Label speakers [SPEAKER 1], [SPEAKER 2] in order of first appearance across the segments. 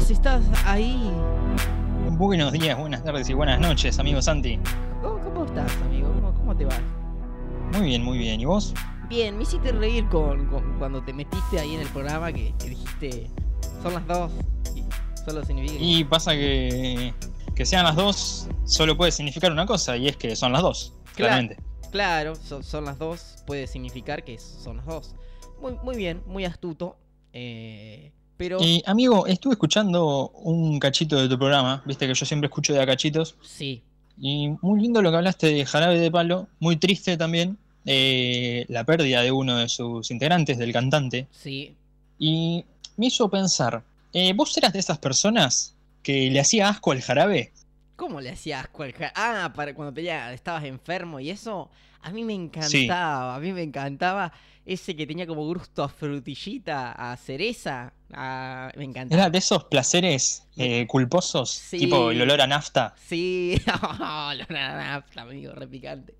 [SPEAKER 1] si estás ahí.
[SPEAKER 2] Buenos días, buenas tardes y buenas noches, amigo Santi.
[SPEAKER 1] ¿Cómo, cómo estás, amigo? ¿Cómo, cómo te vas?
[SPEAKER 2] Muy bien, muy bien. ¿Y vos?
[SPEAKER 1] Bien, me hiciste reír con, con- cuando te metiste ahí en el programa que, que dijiste son las dos y solo significa que
[SPEAKER 2] Y pasa que que sean las dos solo puede significar una cosa y es que son las dos,
[SPEAKER 1] Claro.
[SPEAKER 2] claramente.
[SPEAKER 1] Claro, son, son las dos, puede significar que son las dos. Muy, muy bien, muy astuto. eh, pero
[SPEAKER 2] Y amigo, estuve escuchando un cachito de tu programa, viste que yo siempre escucho de a cachitos,
[SPEAKER 1] sí,
[SPEAKER 2] y muy lindo lo que hablaste de Jarabe de Palo, muy triste también eh, la pérdida de uno de sus integrantes, del cantante,
[SPEAKER 1] sí.
[SPEAKER 2] y me hizo pensar, eh, ¿vos eras de esas personas que le hacía asco al jarabe?
[SPEAKER 1] ¿Cómo le hacías cual- ja- Ah, para cuando te ya estabas enfermo y eso. A mí me encantaba, a mí me encantaba ese que tenía como gusto a frutillita, a cereza. a- Me encantaba.
[SPEAKER 2] ¿Era de esos placeres eh, culposos?
[SPEAKER 1] Sí.
[SPEAKER 2] Tipo el olor a nafta.
[SPEAKER 1] Sí, oh, la nafta, amigo, repicante.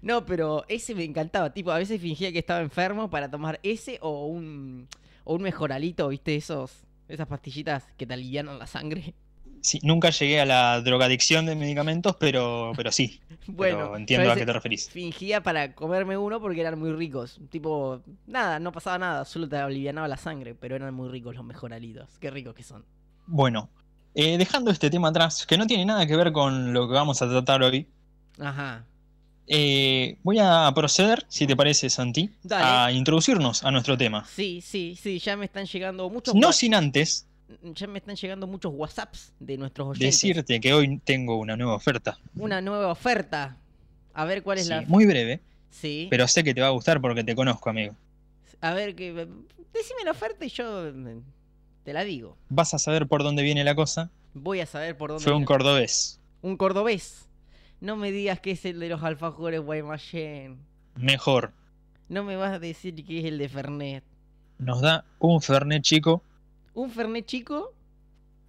[SPEAKER 1] No, pero ese me encantaba. Tipo, a veces fingía que estaba enfermo para tomar ese o un, o un mejoralito, ¿viste? Esos, esas pastillitas que te alivianan la sangre.
[SPEAKER 2] Sí, nunca llegué a la drogadicción de medicamentos, pero, pero sí.
[SPEAKER 1] Bueno,
[SPEAKER 2] pero
[SPEAKER 1] yo
[SPEAKER 2] entiendo a qué
[SPEAKER 1] veces
[SPEAKER 2] te referís.
[SPEAKER 1] Fingía para comerme uno porque eran muy ricos. Tipo, nada, no pasaba nada, solo te alivianaba la sangre, pero eran muy ricos los mejoralitos. Qué ricos que son.
[SPEAKER 2] Bueno, eh, dejando este tema atrás, que no tiene nada que ver con lo que vamos a tratar hoy,
[SPEAKER 1] Ajá.
[SPEAKER 2] eh, voy a proceder, si te parece, Santi,
[SPEAKER 1] Dale.
[SPEAKER 2] a introducirnos a nuestro tema.
[SPEAKER 1] Sí, sí, sí, ya me están llegando muchos
[SPEAKER 2] No
[SPEAKER 1] wa-
[SPEAKER 2] sin antes
[SPEAKER 1] ya me están llegando muchos WhatsApps de nuestros oyentes.
[SPEAKER 2] decirte que hoy tengo una nueva oferta.
[SPEAKER 1] una nueva oferta. A ver cuál es
[SPEAKER 2] Sí,
[SPEAKER 1] la.
[SPEAKER 2] Muy breve,
[SPEAKER 1] Sí.
[SPEAKER 2] pero sé que te va a gustar porque te conozco, amigo.
[SPEAKER 1] A ver que. Decime la oferta y yo mm, te la digo.
[SPEAKER 2] Vas a saber por dónde viene la cosa.
[SPEAKER 1] Voy a saber por dónde.
[SPEAKER 2] Fue un
[SPEAKER 1] viene.
[SPEAKER 2] cordobés.
[SPEAKER 1] Un cordobés. No me digas que es el de los alfajores Guaymallén.
[SPEAKER 2] Mejor,
[SPEAKER 1] No me vas a decir que es el de Fernet.
[SPEAKER 2] nos da un Fernet chico.
[SPEAKER 1] Un Fernet chico,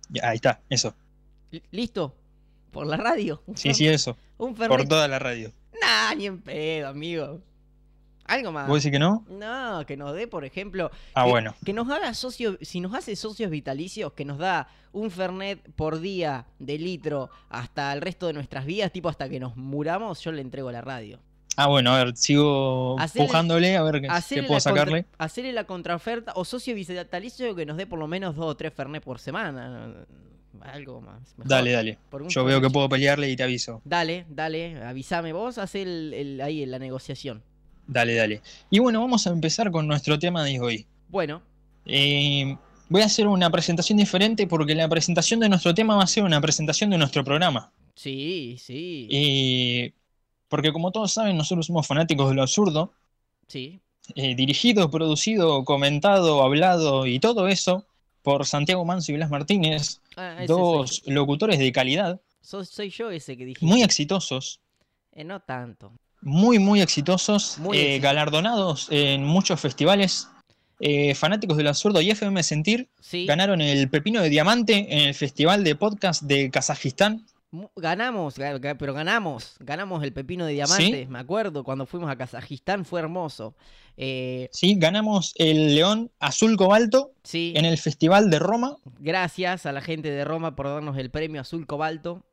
[SPEAKER 2] Ya, Ahí está, eso.
[SPEAKER 1] li- listo. Por la radio. Un
[SPEAKER 2] Sí,
[SPEAKER 1] Fer-
[SPEAKER 2] sí, eso.
[SPEAKER 1] Un
[SPEAKER 2] Por
[SPEAKER 1] Fernet.
[SPEAKER 2] toda la radio.
[SPEAKER 1] Nah, ni en pedo, amigo. Algo más.
[SPEAKER 2] ¿Vos decís que no?
[SPEAKER 1] No, que nos dé, por ejemplo,
[SPEAKER 2] Ah,
[SPEAKER 1] que-
[SPEAKER 2] bueno.
[SPEAKER 1] Que nos haga socio, si nos hace socios vitalicios, que nos da un Fernet por día de litro hasta el resto de nuestras vidas, tipo hasta que nos muramos, yo le entrego la radio.
[SPEAKER 2] Ah, bueno, a ver, sigo
[SPEAKER 1] Hacele-
[SPEAKER 2] pujándole a ver qué, qué
[SPEAKER 1] Hacerle
[SPEAKER 2] puedo
[SPEAKER 1] la contra-
[SPEAKER 2] sacarle.
[SPEAKER 1] hacerle la contraoferta o socio vitalicio que nos dé por lo menos dos o tres Fernet por semana. Algo más. mejor.
[SPEAKER 2] Dale, dale.
[SPEAKER 1] Por un
[SPEAKER 2] Yo veo que
[SPEAKER 1] Fernet.
[SPEAKER 2] puedo pelearle y te aviso.
[SPEAKER 1] Dale, dale, avísame vos, haz el, el- ahí la negociación.
[SPEAKER 2] Dale, dale. Y bueno, vamos a empezar con nuestro tema de hoy.
[SPEAKER 1] Bueno,
[SPEAKER 2] Eh, voy a hacer una presentación diferente porque la presentación de nuestro tema va a ser una presentación de nuestro programa.
[SPEAKER 1] sí, sí,
[SPEAKER 2] Eh, porque como todos saben, nosotros somos fanáticos de lo absurdo.
[SPEAKER 1] sí.
[SPEAKER 2] eh, dirigido, producido, comentado, hablado y todo eso por Santiago Manso y Blas Martínez,
[SPEAKER 1] Ah, ese soy
[SPEAKER 2] dos locutores de calidad,
[SPEAKER 1] Soy, soy yo ese que dije.
[SPEAKER 2] muy exitosos,
[SPEAKER 1] Eh, no tanto.
[SPEAKER 2] muy, muy exitosos,
[SPEAKER 1] Muy
[SPEAKER 2] eh,
[SPEAKER 1] exitosos.
[SPEAKER 2] galardonados en muchos festivales. eh, fanáticos del absurdo y FM Sentir
[SPEAKER 1] Sí.
[SPEAKER 2] ganaron el Pepino de Diamante en el Festival de Podcast de Kazajistán.
[SPEAKER 1] mu- Ganamos, ga- ga- pero ganamos. Ganamos el pepino de diamantes, me acuerdo. Cuando fuimos a Kazajistán fue hermoso. Eh,
[SPEAKER 2] ¿sí? Ganamos el León Azul Cobalto
[SPEAKER 1] sí,
[SPEAKER 2] en el Festival de Roma.
[SPEAKER 1] gracias a la gente de Roma por darnos el premio azul cobalto.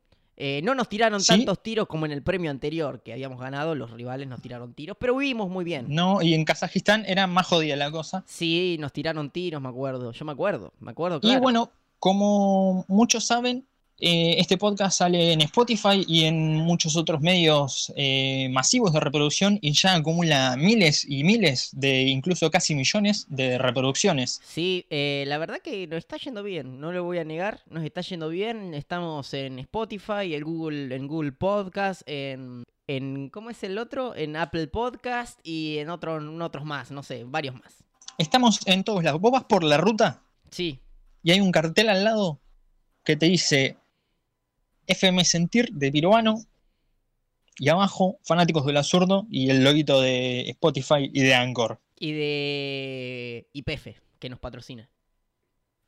[SPEAKER 1] Eh, no nos tiraron
[SPEAKER 2] Sí.
[SPEAKER 1] tantos tiros como en el premio anterior que habíamos ganado. Los rivales nos tiraron tiros, pero vivimos muy bien.
[SPEAKER 2] No, y en Kazajistán era más jodida la cosa.
[SPEAKER 1] Sí, nos tiraron tiros, me acuerdo. Yo me acuerdo, me acuerdo.
[SPEAKER 2] Y
[SPEAKER 1] claro.
[SPEAKER 2] bueno, como muchos saben, eh, este podcast sale en Spotify y en muchos otros medios eh, masivos de reproducción y ya acumula miles y miles de incluso casi millones de reproducciones.
[SPEAKER 1] Sí, eh, la verdad que nos está yendo bien, no lo voy a negar, nos está yendo bien, estamos en Spotify, en Google, en Google Podcast, en, en ¿cómo es el otro? En Apple Podcast y en, otro, en otros más, no sé, varios más.
[SPEAKER 2] Estamos en todos lados. Vos vas por la ruta
[SPEAKER 1] Sí,
[SPEAKER 2] y hay un cartel al lado que te dice FM Sentir de Piruano y abajo Fanáticos del Absurdo y el loguito de Spotify y de Anchor.
[SPEAKER 1] y de YPF, que nos patrocina.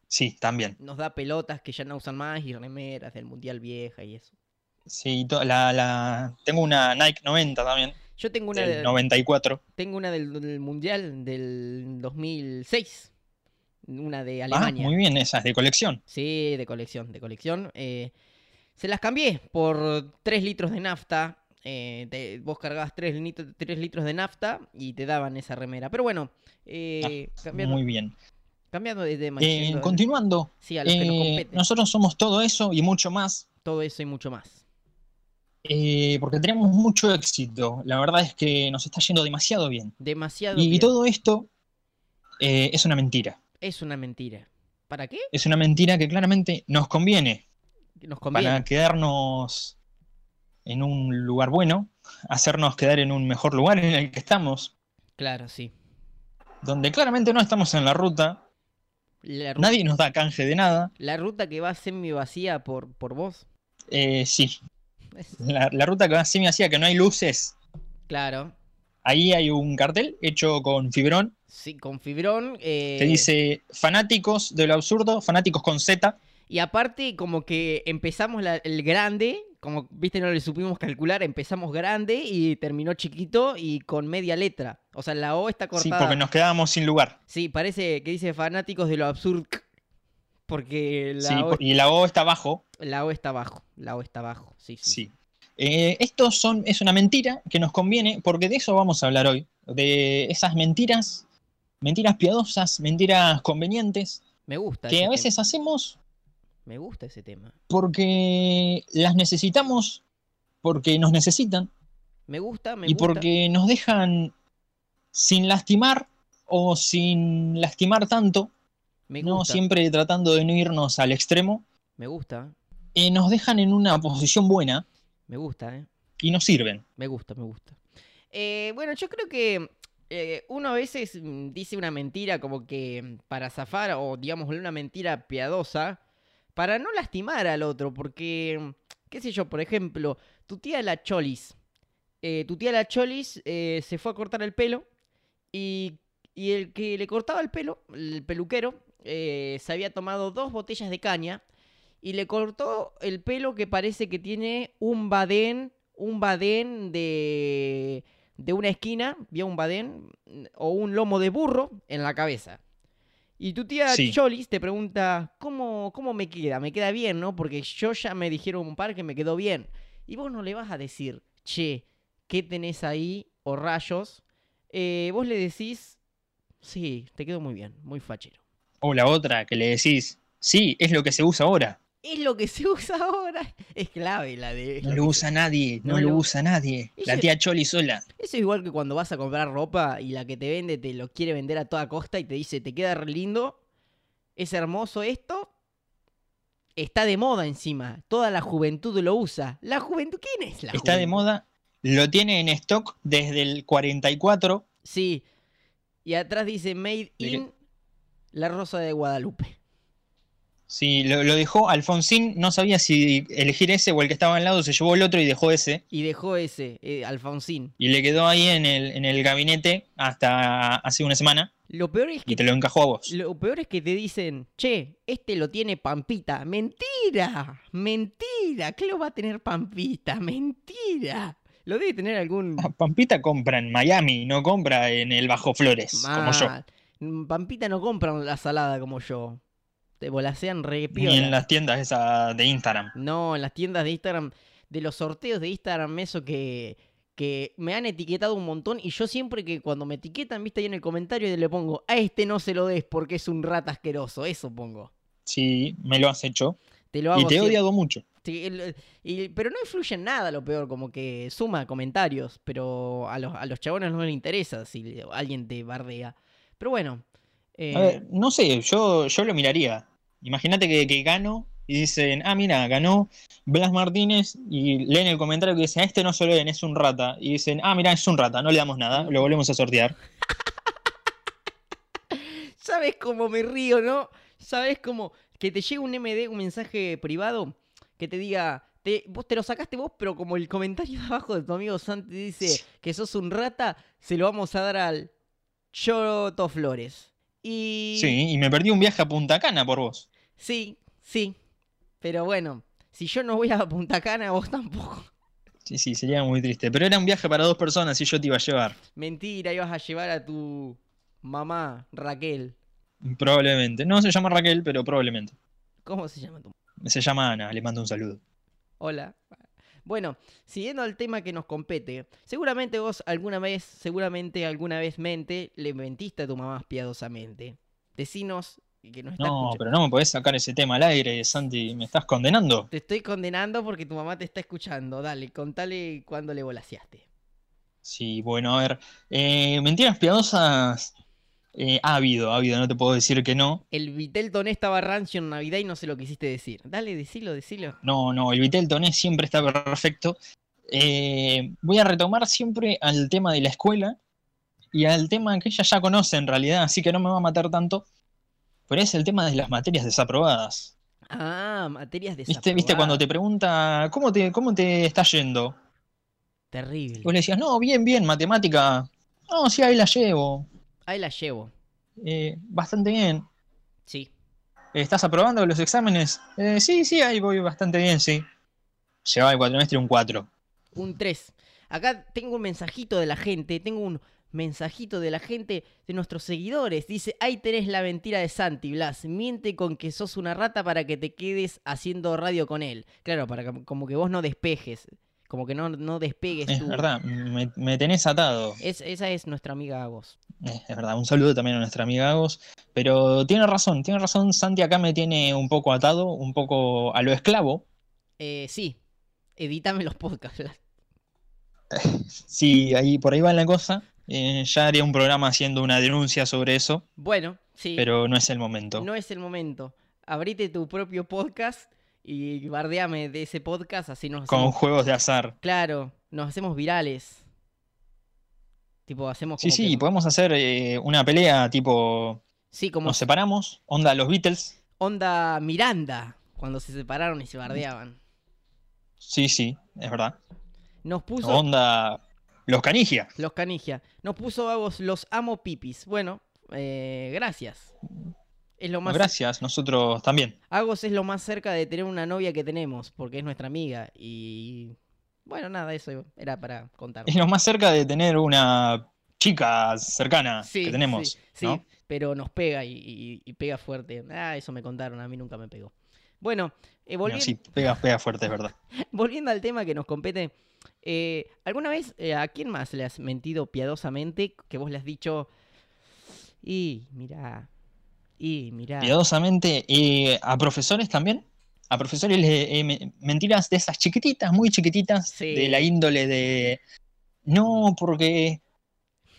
[SPEAKER 2] Sí, también.
[SPEAKER 1] Nos da pelotas que ya no usan más y remeras del Mundial Vieja y eso.
[SPEAKER 2] Sí, to- la, la- tengo una Nike 90 también,
[SPEAKER 1] Yo tengo una,
[SPEAKER 2] del
[SPEAKER 1] de-
[SPEAKER 2] 94.
[SPEAKER 1] tengo una del, del Mundial del 2006. una de Alemania.
[SPEAKER 2] Ah, muy bien, esas de colección.
[SPEAKER 1] Sí, de colección, de colección. Eh, se las cambié por 3 litros de nafta. Eh, te- vos cargabas 3, litros de nafta y te daban esa remera. Pero bueno, eh, cambiando,
[SPEAKER 2] Ah, Muy bien.
[SPEAKER 1] cambiando de tema.
[SPEAKER 2] Eh,
[SPEAKER 1] yendo-
[SPEAKER 2] continuando,
[SPEAKER 1] sí, a los que nos
[SPEAKER 2] eh,
[SPEAKER 1] compete.
[SPEAKER 2] nosotros somos todo eso y mucho más.
[SPEAKER 1] Todo eso y mucho más.
[SPEAKER 2] eh, porque tenemos mucho éxito. La verdad es que nos está yendo demasiado bien.
[SPEAKER 1] Demasiado.
[SPEAKER 2] Y, y
[SPEAKER 1] bien.
[SPEAKER 2] todo esto eh, es una mentira.
[SPEAKER 1] Es una mentira. ¿Para qué?
[SPEAKER 2] Es una mentira que claramente nos conviene,
[SPEAKER 1] Nos conviene.
[SPEAKER 2] para quedarnos en un lugar bueno, hacernos quedar en un mejor lugar en el que estamos,
[SPEAKER 1] Claro, sí.
[SPEAKER 2] donde claramente no estamos en la ruta,
[SPEAKER 1] La, ru-
[SPEAKER 2] nadie nos da canje de nada.
[SPEAKER 1] la ruta que va semi vacía por, por vos.
[SPEAKER 2] Eh, sí,
[SPEAKER 1] Es-
[SPEAKER 2] la, la ruta que así me hacía que no hay luces.
[SPEAKER 1] Claro.
[SPEAKER 2] Ahí hay un cartel hecho con fibrón
[SPEAKER 1] Sí, con fibrón. eh,
[SPEAKER 2] que dice fanáticos de lo absurdo, fanáticos con Z.
[SPEAKER 1] Y aparte, como que empezamos la- el grande, como viste, no le supimos calcular, empezamos grande y terminó chiquito y con media letra. O sea, la O está
[SPEAKER 2] Sí,
[SPEAKER 1] cortada.
[SPEAKER 2] porque nos quedábamos sin lugar.
[SPEAKER 1] Sí, parece que dice fanáticos de lo absurdo. Porque la,
[SPEAKER 2] Sí,
[SPEAKER 1] o,
[SPEAKER 2] por- y la O está abajo.
[SPEAKER 1] la O está abajo. La O está abajo. Sí, sí.
[SPEAKER 2] Sí. Eh, esto son, es una mentira que nos conviene porque de eso vamos a hablar hoy. De esas mentiras, mentiras piadosas, mentiras convenientes
[SPEAKER 1] Me gusta.
[SPEAKER 2] que
[SPEAKER 1] ese
[SPEAKER 2] a
[SPEAKER 1] tema.
[SPEAKER 2] veces hacemos
[SPEAKER 1] Me gusta ese tema.
[SPEAKER 2] porque las necesitamos, porque nos necesitan
[SPEAKER 1] Me gusta, me
[SPEAKER 2] y
[SPEAKER 1] gusta.
[SPEAKER 2] porque nos dejan sin lastimar o sin lastimar tanto,
[SPEAKER 1] Me
[SPEAKER 2] no
[SPEAKER 1] gusta.
[SPEAKER 2] siempre tratando de no irnos al extremo,
[SPEAKER 1] Me gusta.
[SPEAKER 2] eh, nos dejan en una posición buena
[SPEAKER 1] Me gusta, ¿eh?
[SPEAKER 2] y nos sirven.
[SPEAKER 1] Me gusta, me gusta. Eh, bueno, yo creo que eh, uno a veces mm, dice una mentira como que mm, para zafar o digamos una mentira piadosa para no lastimar al otro, porque, mm, qué sé yo, por ejemplo, tu tía la Cholis, eh, tu tía la Cholis eh, se fue a cortar el pelo y, y el que le cortaba el pelo, el peluquero, eh, se había tomado dos botellas de caña y le cortó el pelo que parece que tiene un badén, un badén de, de una esquina, vio un badén mm, o un lomo de burro en la cabeza. Y tu tía
[SPEAKER 2] Sí.
[SPEAKER 1] Cholis te pregunta, ¿cómo, ¿cómo me queda? Me queda bien, ¿no? Porque yo ya me dijeron un par que me quedó bien. Y vos no le vas a decir, che, ¿qué tenés ahí? O rayos. Eh, vos le decís, sí, te quedó muy bien, muy fachero.
[SPEAKER 2] O la otra que le decís, sí, es lo que se usa ahora.
[SPEAKER 1] Es lo que se usa ahora. Es clave la de... es
[SPEAKER 2] No
[SPEAKER 1] lo
[SPEAKER 2] lo
[SPEAKER 1] que-
[SPEAKER 2] usa nadie, no,
[SPEAKER 1] No
[SPEAKER 2] lo
[SPEAKER 1] lo-
[SPEAKER 2] usa nadie.
[SPEAKER 1] Y
[SPEAKER 2] La
[SPEAKER 1] yo-
[SPEAKER 2] tía Choli sola.
[SPEAKER 1] Eso es igual que cuando vas a comprar ropa y la que te vende te lo quiere vender a toda costa y te dice, te queda re lindo, es hermoso esto, está de moda encima, toda la juventud lo usa. ¿La juventud quién es la
[SPEAKER 2] Está de
[SPEAKER 1] juventud?
[SPEAKER 2] moda, lo tiene en stock desde el 44.
[SPEAKER 1] Sí. Y atrás dice Made
[SPEAKER 2] Mire.
[SPEAKER 1] in La Rosa de Guadalupe.
[SPEAKER 2] Sí, lo, lo dejó Alfonsín, no sabía si elegir ese o el que estaba al lado, se llevó el otro y dejó ese.
[SPEAKER 1] Y dejó ese, eh, Alfonsín.
[SPEAKER 2] Y le quedó ahí en el, en el gabinete hasta hace una semana
[SPEAKER 1] Lo peor es
[SPEAKER 2] y
[SPEAKER 1] que
[SPEAKER 2] te lo encajó a vos.
[SPEAKER 1] lo peor es que te dicen, che, este lo tiene Pampita. ¡Mentira! ¡Mentira! ¿Qué lo va a tener Pampita? ¡Mentira! Lo debe tener algún.
[SPEAKER 2] Ah, Pampita compra en Miami, no compra en el Bajo Flores, como yo.
[SPEAKER 1] Mal. Mm, Pampita no compra la salada como yo. Te volasean re
[SPEAKER 2] Ni
[SPEAKER 1] piola.
[SPEAKER 2] en las tiendas esas de Instagram.
[SPEAKER 1] No, en las tiendas de Instagram, de los sorteos de Instagram, eso que, que me han etiquetado un montón y yo siempre que cuando me etiquetan, viste ahí en el comentario le pongo, a este no se lo des porque es un rata asqueroso, eso pongo.
[SPEAKER 2] Sí, me lo has hecho.
[SPEAKER 1] Te lo hago
[SPEAKER 2] Y te he
[SPEAKER 1] siempre.
[SPEAKER 2] odiado mucho.
[SPEAKER 1] Sí, el- eh, y- pero no influye en nada lo peor, como que suma comentarios, pero a los, a los chabones no les interesa si alguien te bardea. Pero bueno, eh,
[SPEAKER 2] A ver, no sé, yo, yo lo miraría. Imagínate que, que gano y dicen, ah, mira, ganó Blas Martínez y leen el comentario que dice, a este no se lo den, es un rata. Y dicen, ah, mira, es un rata, no le damos nada, lo volvemos a sortear.
[SPEAKER 1] ¿sabes cómo me río, no? ¿Sabes cómo? Que te llega un MD, un mensaje privado, que te diga, te, vos te lo sacaste vos, pero como el comentario de abajo de tu amigo Santi dice que sos un rata, se lo vamos a dar al Choroto Flores. Y...
[SPEAKER 2] Sí, y me perdí un viaje a Punta Cana por vos.
[SPEAKER 1] Sí, sí. Pero bueno, si yo no voy a Punta Cana, vos tampoco.
[SPEAKER 2] Sí, sí, sería muy triste. Pero era un viaje para dos personas y yo te iba a llevar.
[SPEAKER 1] Mentira, ibas a llevar a tu mamá, Raquel.
[SPEAKER 2] Probablemente. No se llama Raquel, pero probablemente.
[SPEAKER 1] ¿Cómo se llama tu
[SPEAKER 2] Se llama Ana, le mando un saludo.
[SPEAKER 1] Hola. Bueno, siguiendo al tema que nos compete, seguramente vos alguna vez, seguramente alguna vez mente, le mentiste a tu mamá piadosamente. Decinos y que nos está
[SPEAKER 2] No,
[SPEAKER 1] escuchando.
[SPEAKER 2] pero no me podés sacar ese tema al aire, Santi. Me estás condenando.
[SPEAKER 1] Te estoy condenando porque tu mamá te está escuchando. Dale, contale cuándo le volaseaste.
[SPEAKER 2] Sí, bueno, a ver. eh, mentiras piadosas. eh, ha habido, ha habido, no te puedo decir que no.
[SPEAKER 1] El Vitel Toné estaba rancio en Navidad y no sé lo quisiste decir. Dale, decilo, decilo.
[SPEAKER 2] No, no, el Vitel Toné siempre está perfecto. Eh, voy a retomar siempre al tema de la escuela y al tema que ella ya conoce en realidad, así que no me va a matar tanto. Pero es el tema de las materias desaprobadas.
[SPEAKER 1] Ah, materias de
[SPEAKER 2] ¿Viste, viste cuando te pregunta, ¿cómo te, cómo te está yendo? Y Vos
[SPEAKER 1] Terrible.
[SPEAKER 2] le decías, no, bien, bien, matemática. No, sí, ahí la llevo.
[SPEAKER 1] Ahí la llevo.
[SPEAKER 2] Eh, bastante bien.
[SPEAKER 1] Sí.
[SPEAKER 2] ¿Estás aprobando los exámenes? "Eh, sí, sí, ahí voy bastante bien, sí. Llevaba el cuatrimestre un 4.
[SPEAKER 1] un 3. Acá tengo un mensajito de la gente, tengo un mensajito de la gente de nuestros seguidores. Dice, ahí tenés la mentira de Santi, Blas. Miente con que sos una rata para que te quedes haciendo radio con él. Claro, para que- como que vos no despejes, como que no, no despegues
[SPEAKER 2] Es
[SPEAKER 1] tú.
[SPEAKER 2] verdad, me, me tenés atado.
[SPEAKER 1] Es- esa es nuestra amiga Agos.
[SPEAKER 2] Eh, Es verdad, un saludo también a nuestra amiga Agos. Pero tiene razón, tiene razón, Santi acá me tiene un poco atado, un poco a lo esclavo.
[SPEAKER 1] Eh, sí, edítame los podcasts, Blas.
[SPEAKER 2] Sí, ahí, por ahí va la cosa. Eh, ya haría un programa haciendo una denuncia sobre eso,
[SPEAKER 1] Bueno, sí,
[SPEAKER 2] pero no es el momento.
[SPEAKER 1] no es el momento. Abrite tu propio podcast y bardeame de ese podcast, así nos
[SPEAKER 2] Con
[SPEAKER 1] hacemos
[SPEAKER 2] juegos de azar.
[SPEAKER 1] Claro, nos hacemos virales. Tipo, hacemos
[SPEAKER 2] Sí,
[SPEAKER 1] como
[SPEAKER 2] sí,
[SPEAKER 1] que-
[SPEAKER 2] podemos hacer eh, una pelea tipo,
[SPEAKER 1] Sí, como
[SPEAKER 2] nos separamos, onda los Beatles.
[SPEAKER 1] onda Miranda, cuando se separaron y
[SPEAKER 2] Mm.
[SPEAKER 1] se bardeaban.
[SPEAKER 2] Sí, sí, es verdad.
[SPEAKER 1] Nos puso
[SPEAKER 2] Onda los Canigia.
[SPEAKER 1] los canigia. Nos puso vagos los amo pipis. Bueno, eh, gracias. Es lo más
[SPEAKER 2] Gracias, nosotros también.
[SPEAKER 1] Agos es lo más cerca de tener una novia que tenemos, porque es nuestra amiga. Y bueno, nada, eso era para contar.
[SPEAKER 2] Es lo más cerca de tener una chica cercana
[SPEAKER 1] Sí,
[SPEAKER 2] Ah, que tenemos,
[SPEAKER 1] sí, sí,
[SPEAKER 2] ¿no?
[SPEAKER 1] pero nos pega y, y- y pega fuerte. Ah, eso me contaron, a mí nunca me pegó. Bueno, eh,
[SPEAKER 2] Bueno,
[SPEAKER 1] volviendo,
[SPEAKER 2] sí, pega, pega fuerte, es verdad.
[SPEAKER 1] Volviendo al tema que nos compete, eh, ¿alguna vez eh, a quién más le has mentido piadosamente que vos le has dicho, y mirá, y mirá,
[SPEAKER 2] Piadosamente, eh, a profesores también. A profesores le- eh, me- mentiras de esas chiquititas, muy chiquititas,
[SPEAKER 1] Sí.
[SPEAKER 2] de la índole de no, porque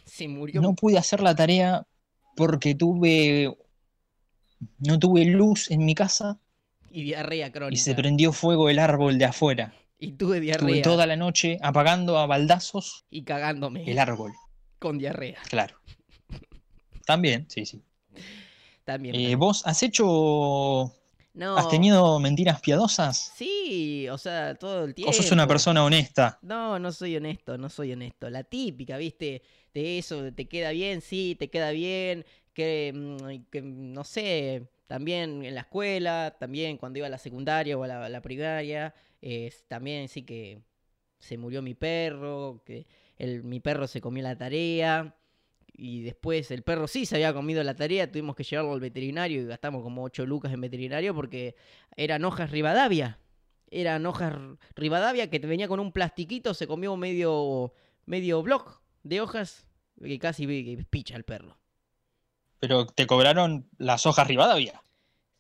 [SPEAKER 1] se murió?
[SPEAKER 2] no pude hacer la tarea porque tuve no tuve luz en mi casa
[SPEAKER 1] Y diarrea
[SPEAKER 2] y
[SPEAKER 1] crónica.
[SPEAKER 2] se prendió fuego el árbol de afuera.
[SPEAKER 1] Y tuve
[SPEAKER 2] Estuve
[SPEAKER 1] diarrea
[SPEAKER 2] toda la noche apagando a baldazos
[SPEAKER 1] y cagándome
[SPEAKER 2] el árbol,
[SPEAKER 1] con diarrea
[SPEAKER 2] claro. También, sí, sí.
[SPEAKER 1] también.
[SPEAKER 2] Eh, ¿Vos has hecho,
[SPEAKER 1] no,
[SPEAKER 2] has tenido mentiras piadosas?
[SPEAKER 1] sí, o sea, todo el tiempo.
[SPEAKER 2] ¿O sos una persona honesta?
[SPEAKER 1] No, no soy honesto, no soy honesto. La típica, ¿viste? De eso, de te queda bien, sí, te queda bien. Que, mm, que, mm, no sé, también en la escuela, también cuando iba a la secundaria o a la, a la primaria, eh, también sí que se murió mi perro, que el, mi perro se comió la tarea. Y después el perro sí se había comido la tarea, tuvimos que llevarlo al veterinario y gastamos como 8 lucas en veterinario porque eran hojas Rivadavia eran hojas R- Rivadavia que te venía con un plastiquito, se comió medio, medio block de hojas que casi vi- que picha el perro.
[SPEAKER 2] Pero te cobraron las hojas Rivadavia.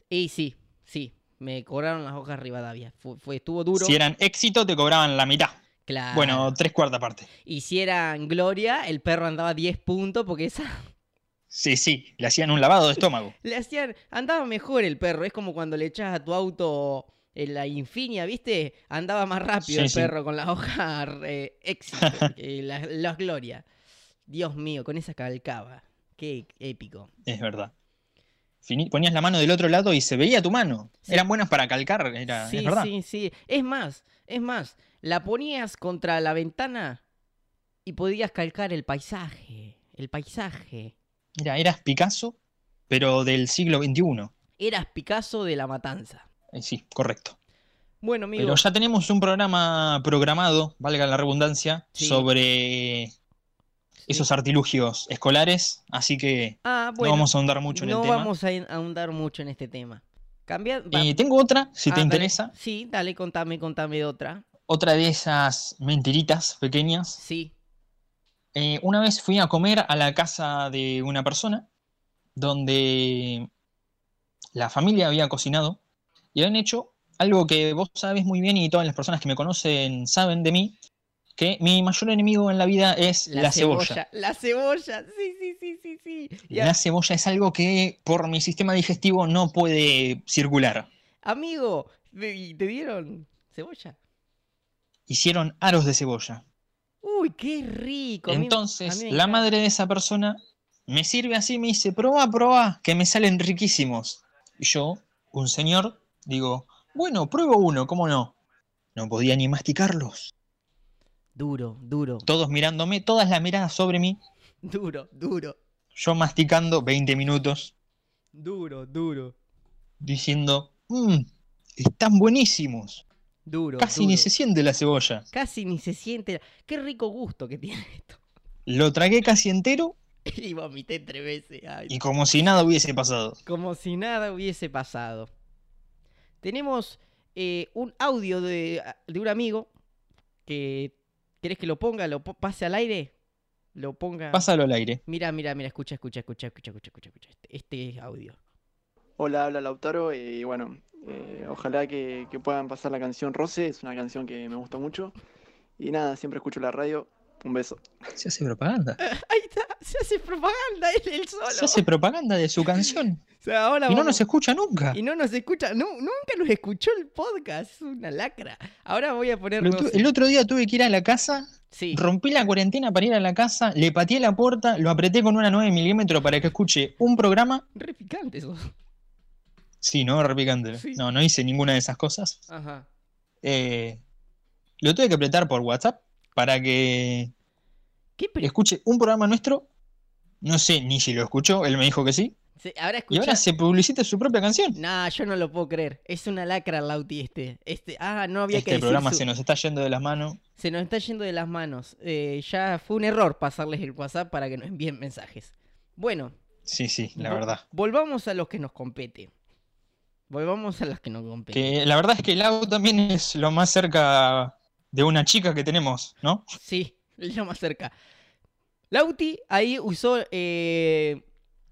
[SPEAKER 1] Y sí, sí, me cobraron las hojas Rivadavia. Fue, fue- estuvo duro. Ah.
[SPEAKER 2] Si eran éxito, te cobraban la mitad.
[SPEAKER 1] Claro.
[SPEAKER 2] Bueno, tres cuartas parte.
[SPEAKER 1] Y si eran Gloria, el perro andaba 10 puntos porque esa
[SPEAKER 2] Sí, sí, le hacían un lavado de estómago.
[SPEAKER 1] le hacían andaba mejor el perro, es como cuando le echas a tu auto en la Infinia, ¿viste? Andaba más rápido
[SPEAKER 2] Sí,
[SPEAKER 1] el
[SPEAKER 2] sí.
[SPEAKER 1] perro con la hoja eh, Exit, eh, la- las Gloria. Dios mío, con esa calcaba. Qué épico.
[SPEAKER 2] Es verdad. Fini- Ponías la mano del otro lado y se veía tu mano.
[SPEAKER 1] Sí.
[SPEAKER 2] Eran buenas para calcar, era,
[SPEAKER 1] sí,
[SPEAKER 2] es verdad.
[SPEAKER 1] sí, sí. Es más, es más, la ponías contra la ventana y podías calcar el paisaje, el paisaje.
[SPEAKER 2] Mira, eras Picasso, pero del siglo XXI.
[SPEAKER 1] Eras Picasso de la Matanza.
[SPEAKER 2] Eh, Sí, correcto.
[SPEAKER 1] Bueno, amigo,
[SPEAKER 2] Pero ya tenemos un programa programado, valga la redundancia,
[SPEAKER 1] Sí.
[SPEAKER 2] sobre esos artilugios escolares, así que
[SPEAKER 1] Ah, bueno.
[SPEAKER 2] no vamos a ahondar mucho en
[SPEAKER 1] no
[SPEAKER 2] el tema.
[SPEAKER 1] vamos a en- a ahondar mucho en este tema. Cambia. va-
[SPEAKER 2] Eh, tengo otra, si
[SPEAKER 1] ah,
[SPEAKER 2] te
[SPEAKER 1] dale.
[SPEAKER 2] interesa,
[SPEAKER 1] Sí, dale, contame, contame de otra.
[SPEAKER 2] otra de esas mentiritas pequeñas.
[SPEAKER 1] Sí.
[SPEAKER 2] Eh, una vez fui a comer a la casa de una persona donde la familia había cocinado y habían hecho algo que vos sabés muy bien y todas las personas que me conocen saben de mí, que mi mayor enemigo en la vida es la, cebolla.
[SPEAKER 1] La cebolla. Sí, sí, sí, sí, sí. Y a-
[SPEAKER 2] La cebolla es algo que por mi sistema digestivo no puede circular.
[SPEAKER 1] Amigo, ve- ¿y ¿te dieron cebolla?
[SPEAKER 2] Hicieron aros de cebolla.
[SPEAKER 1] Uy, qué rico. a mí me- a
[SPEAKER 2] Entonces,
[SPEAKER 1] mí me
[SPEAKER 2] la
[SPEAKER 1] encanta.
[SPEAKER 2] madre de esa persona me sirve así, me dice, probá, probá, que me salen riquísimos. Y yo, un señor, digo, bueno, pruebo uno, ¿cómo no? No podía ni masticarlos.
[SPEAKER 1] Duro, duro,
[SPEAKER 2] Todos mirándome, todas las miradas sobre mí,
[SPEAKER 1] duro, duro,
[SPEAKER 2] yo masticando 20 minutos,
[SPEAKER 1] duro, duro,
[SPEAKER 2] diciendo, mmm, están buenísimos.
[SPEAKER 1] duro.
[SPEAKER 2] Casi
[SPEAKER 1] duro.
[SPEAKER 2] ni se siente la cebolla.
[SPEAKER 1] Casi ni se siente. la- Qué rico gusto que tiene esto.
[SPEAKER 2] Lo tragué casi entero
[SPEAKER 1] Y vomité tres veces. ay,
[SPEAKER 2] y como si nada hubiese pasado.
[SPEAKER 1] Como si nada hubiese pasado. Tenemos eh, un audio de, de un amigo que... ¿Querés que lo ponga? ¿Lo po- pase al aire? Lo ponga...
[SPEAKER 2] Pásalo al aire.
[SPEAKER 1] Mira, mira, mira, escucha, escucha, escucha, escucha, escucha, escucha, escucha este, este audio.
[SPEAKER 3] Hola, habla Lautaro y bueno, eh, ojalá que, que puedan pasar la canción Roce, es una canción que me gusta mucho. Y nada, siempre escucho la radio. Un beso.
[SPEAKER 2] Se hace propaganda.
[SPEAKER 1] Ahí está, se hace propaganda él, él solo.
[SPEAKER 2] Se hace propaganda de su canción.
[SPEAKER 1] O sea, ahora
[SPEAKER 2] Y no
[SPEAKER 1] vamos-
[SPEAKER 2] nos escucha nunca.
[SPEAKER 1] y no nos escucha, nu- nunca nos escuchó el podcast, es una lacra. Ahora voy a poner...
[SPEAKER 2] Lo
[SPEAKER 1] no
[SPEAKER 2] tu-
[SPEAKER 1] sé.
[SPEAKER 2] el otro día tuve que ir a la casa,
[SPEAKER 1] Sí,
[SPEAKER 2] rompí la cuarentena para ir a la casa, le pateé la puerta, lo apreté con una 9 milímetros para que escuche un programa.
[SPEAKER 1] re picante eso.
[SPEAKER 2] Sí, no, repicante.
[SPEAKER 1] Sí.
[SPEAKER 2] No, no hice ninguna de esas cosas.
[SPEAKER 1] Ajá.
[SPEAKER 2] Eh, lo tuve que apretar por WhatsApp para que
[SPEAKER 1] ¿Qué pre-
[SPEAKER 2] escuche un programa nuestro. No sé ni si lo escuchó, él me dijo que sí.
[SPEAKER 1] se- Ahora
[SPEAKER 2] Y
[SPEAKER 1] escucha...
[SPEAKER 2] ahora se publicita su propia canción.
[SPEAKER 1] Nah, yo no lo puedo creer. Es una lacra Lauti este. este ah, no había que
[SPEAKER 2] Este
[SPEAKER 1] decir
[SPEAKER 2] programa
[SPEAKER 1] su-
[SPEAKER 2] se nos está yendo de las manos.
[SPEAKER 1] se nos está yendo de las manos. Eh, ya fue un error pasarles el WhatsApp para que nos envíen mensajes. Bueno,
[SPEAKER 2] Sí, sí, la
[SPEAKER 1] Vo-
[SPEAKER 2] verdad.
[SPEAKER 1] Volvamos a los que nos compete. Volvamos a los que nos compete.
[SPEAKER 2] Que la verdad es que Lau también es lo más cerca de una chica que tenemos, ¿no?
[SPEAKER 1] Sí, lo más cerca. Lauti ahí usó. eh,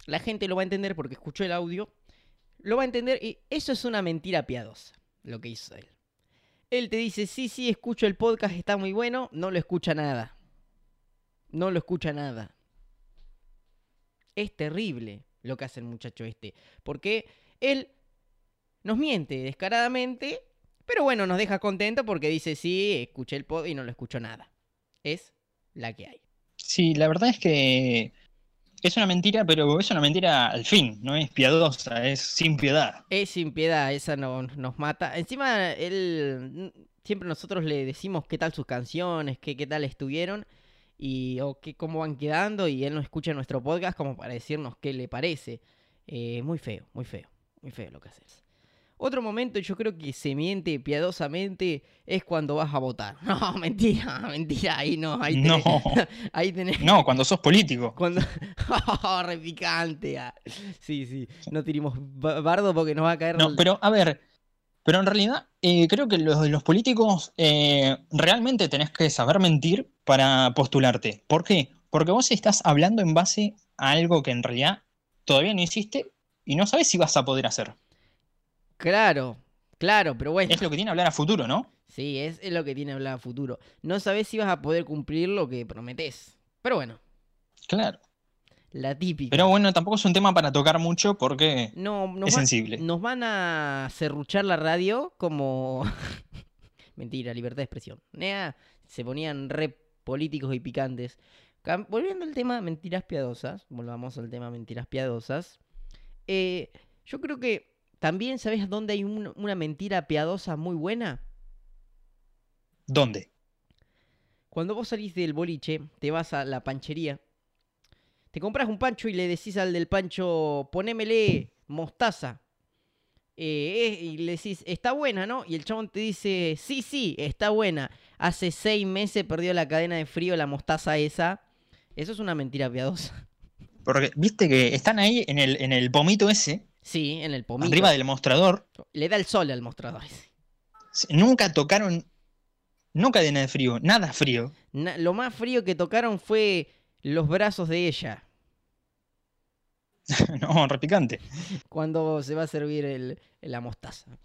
[SPEAKER 1] la gente lo va a entender porque escuchó el audio. Lo va a entender y eso es una mentira piadosa, lo que hizo él. Él te dice: Sí, sí, escucho el podcast, está muy bueno. No lo escucha nada. No lo escucha nada. Es terrible lo que hace el muchacho este. Porque él nos miente descaradamente, pero bueno, nos deja contento porque dice, sí, escuché el pod y no lo escucho nada. Es la que hay.
[SPEAKER 2] Sí, la verdad es que es una mentira, pero es una mentira al fin, no es piadosa, es sin piedad.
[SPEAKER 1] Es sin piedad, esa no, nos mata. Encima, él, mm, siempre nosotros le decimos qué tal sus canciones, qué, qué tal estuvieron y o qué, cómo van quedando y él no escucha nuestro podcast como para decirnos qué le parece. Eh, muy feo, muy feo, muy feo lo que haces. Otro momento yo creo que se miente piadosamente es cuando vas a votar. No, mentira, mentira, ahí no, ahí tenés,
[SPEAKER 2] No,
[SPEAKER 1] ahí tenés
[SPEAKER 2] no, cuando sos político.
[SPEAKER 1] Cuando. ¡Oh, re picante! ah. Sí, sí. No tiremos ba- bardo porque nos va a caer.
[SPEAKER 2] No, pero a ver, pero en realidad eh, creo que los, los políticos eh, realmente tenés que saber mentir para postularte. ¿Por qué? Porque vos estás hablando en base a algo que en realidad todavía no hiciste y no sabes si vas a poder hacer.
[SPEAKER 1] Claro, claro, pero bueno.
[SPEAKER 2] Es lo que tiene hablar a futuro, ¿no?
[SPEAKER 1] Sí, es, es lo que tiene hablar a futuro. No sabes si vas a poder cumplir lo que prometes. Pero bueno,
[SPEAKER 2] Claro.
[SPEAKER 1] la típica.
[SPEAKER 2] Pero bueno, tampoco es un tema para tocar mucho porque
[SPEAKER 1] no, nos,
[SPEAKER 2] es
[SPEAKER 1] va-
[SPEAKER 2] sensible.
[SPEAKER 1] nos van a cerruchar la radio como. Mentira, libertad de expresión. Nea, se ponían re políticos y picantes. Cam- Volviendo al tema mentiras piadosas, volvamos al tema mentiras piadosas. eh, yo creo que también, ¿sabes dónde hay un- una mentira piadosa muy buena?
[SPEAKER 2] ¿Dónde?
[SPEAKER 1] Cuando vos salís del boliche, te vas a la panchería, te compras un pancho y le decís al del pancho, ponémele mostaza. Eh, eh, y le decís, está buena, ¿no? Y el chabón te dice, sí, sí, está buena. Hace seis meses perdió la cadena de frío la mostaza esa. Eso es una mentira piadosa.
[SPEAKER 2] Porque viste que están ahí en el, en el pomito ese,
[SPEAKER 1] Sí, en el pomito.
[SPEAKER 2] arriba del mostrador.
[SPEAKER 1] Le da el sol al mostrador. ese.
[SPEAKER 2] Nunca tocaron, no cadena de frío, nada frío.
[SPEAKER 1] Na- lo más frío que tocaron fue los brazos de ella.
[SPEAKER 2] no, repicante.
[SPEAKER 1] Cuando se va a servir el, la mostaza.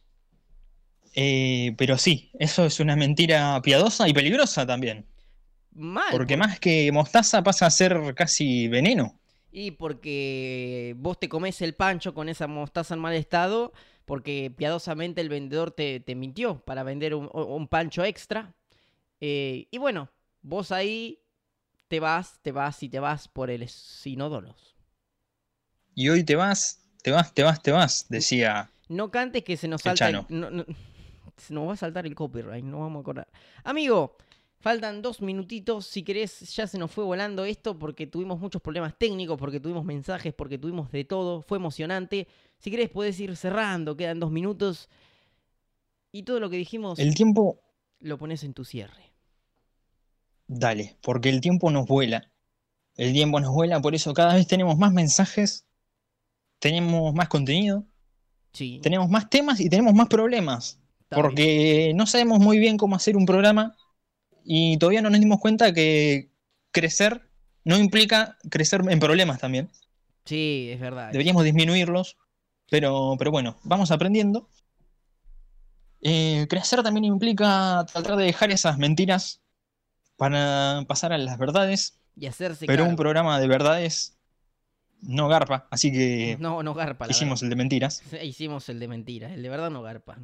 [SPEAKER 2] Eh, pero sí, eso es una mentira piadosa y peligrosa también.
[SPEAKER 1] Mal.
[SPEAKER 2] Porque más que mostaza pasa a ser casi veneno.
[SPEAKER 1] Y porque vos te comes el pancho con esa mostaza en mal estado, porque piadosamente el vendedor te, te mintió para vender un, un pancho extra. Eh, y bueno, vos ahí te vas, te vas y te vas por el sinodolos.
[SPEAKER 2] Y hoy te vas, te vas, te vas, te vas, decía.
[SPEAKER 1] No cantes que se nos
[SPEAKER 2] El
[SPEAKER 1] salta.
[SPEAKER 2] Chano.
[SPEAKER 1] no- no- se nos va a saltar el copyright, no vamos a acordar. Amigo, faltan dos minutitos. Si querés, ya se nos fue volando esto porque tuvimos muchos problemas técnicos, porque tuvimos mensajes, porque tuvimos de todo. Fue emocionante. Si querés, podés ir cerrando. Quedan dos minutos. Y todo lo que dijimos
[SPEAKER 2] El tiempo,
[SPEAKER 1] lo pones en tu cierre.
[SPEAKER 2] dale, porque el tiempo nos vuela. El tiempo nos vuela, por eso cada vez tenemos más mensajes, tenemos más contenido,
[SPEAKER 1] Sí.
[SPEAKER 2] tenemos más temas y tenemos más problemas.
[SPEAKER 1] está bien.
[SPEAKER 2] Porque no sabemos muy bien cómo hacer un programa y todavía no nos dimos cuenta que crecer no implica crecer en problemas también.
[SPEAKER 1] Sí, es verdad.
[SPEAKER 2] Deberíamos disminuirlos, pero, pero bueno, vamos aprendiendo. Eh, crecer también implica tratar de dejar esas mentiras para pasar a las verdades,
[SPEAKER 1] Y hacerse
[SPEAKER 2] pero un
[SPEAKER 1] cargo.
[SPEAKER 2] programa de verdades no garpa, así que
[SPEAKER 1] No, no garpa. la
[SPEAKER 2] hicimos el de mentiras.
[SPEAKER 1] verdad. Hicimos el de mentira. El de verdad no garpa.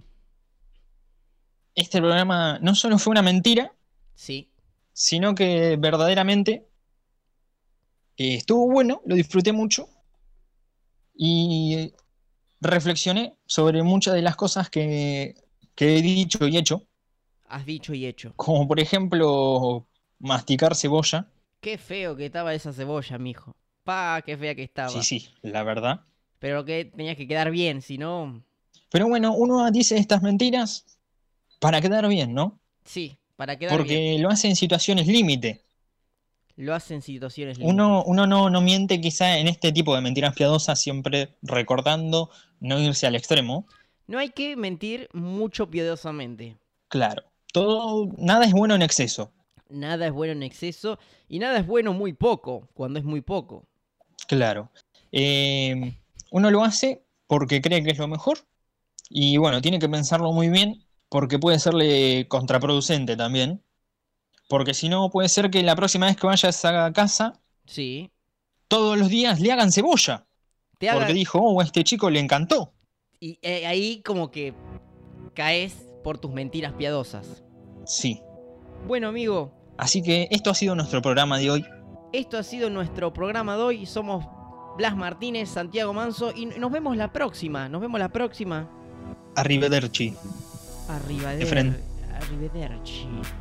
[SPEAKER 2] Este programa no solo fue una mentira,
[SPEAKER 1] Sí.
[SPEAKER 2] sino que verdaderamente eh, estuvo bueno, lo disfruté mucho y reflexioné sobre muchas de las cosas que, que he dicho y hecho,
[SPEAKER 1] Has dicho y hecho.
[SPEAKER 2] como por ejemplo masticar cebolla.
[SPEAKER 1] Qué feo que estaba esa cebolla, mijo. Pa, qué fea que estaba.
[SPEAKER 2] Sí, sí, la verdad.
[SPEAKER 1] Pero que tenías que quedar bien, si no.
[SPEAKER 2] Pero bueno, uno dice estas mentiras para quedar bien, ¿no?
[SPEAKER 1] Sí, para quedar
[SPEAKER 2] Porque
[SPEAKER 1] bien.
[SPEAKER 2] lo hace en situaciones límite.
[SPEAKER 1] Lo hacen en situaciones
[SPEAKER 2] Uno,
[SPEAKER 1] límites.
[SPEAKER 2] uno no, no miente quizá en este tipo de mentiras piadosas, siempre recordando no irse al extremo.
[SPEAKER 1] No hay que mentir mucho piadosamente.
[SPEAKER 2] Claro. Todo, nada es bueno en exceso.
[SPEAKER 1] Nada es bueno en exceso y nada es bueno muy poco, cuando es muy poco.
[SPEAKER 2] Claro. Eh, uno lo hace porque cree que es lo mejor. Y bueno, tiene que pensarlo muy bien porque puede serle contraproducente también. Porque si no, puede ser que la próxima vez que vayas a casa,
[SPEAKER 1] Sí.
[SPEAKER 2] todos los días le hagan cebolla.
[SPEAKER 1] Te haga-
[SPEAKER 2] Porque dijo, oh, a este chico le encantó.
[SPEAKER 1] Y eh, ahí como que caes por tus mentiras piadosas.
[SPEAKER 2] Sí.
[SPEAKER 1] Bueno, amigo,
[SPEAKER 2] Así que esto ha sido nuestro programa de hoy.
[SPEAKER 1] Esto ha sido nuestro programa de hoy. Somos Blas Martínez, Santiago Manso y nos vemos la próxima. Nos vemos la próxima.
[SPEAKER 2] Arrivederci.
[SPEAKER 1] Arriba
[SPEAKER 2] Efren.
[SPEAKER 1] Arrivederci.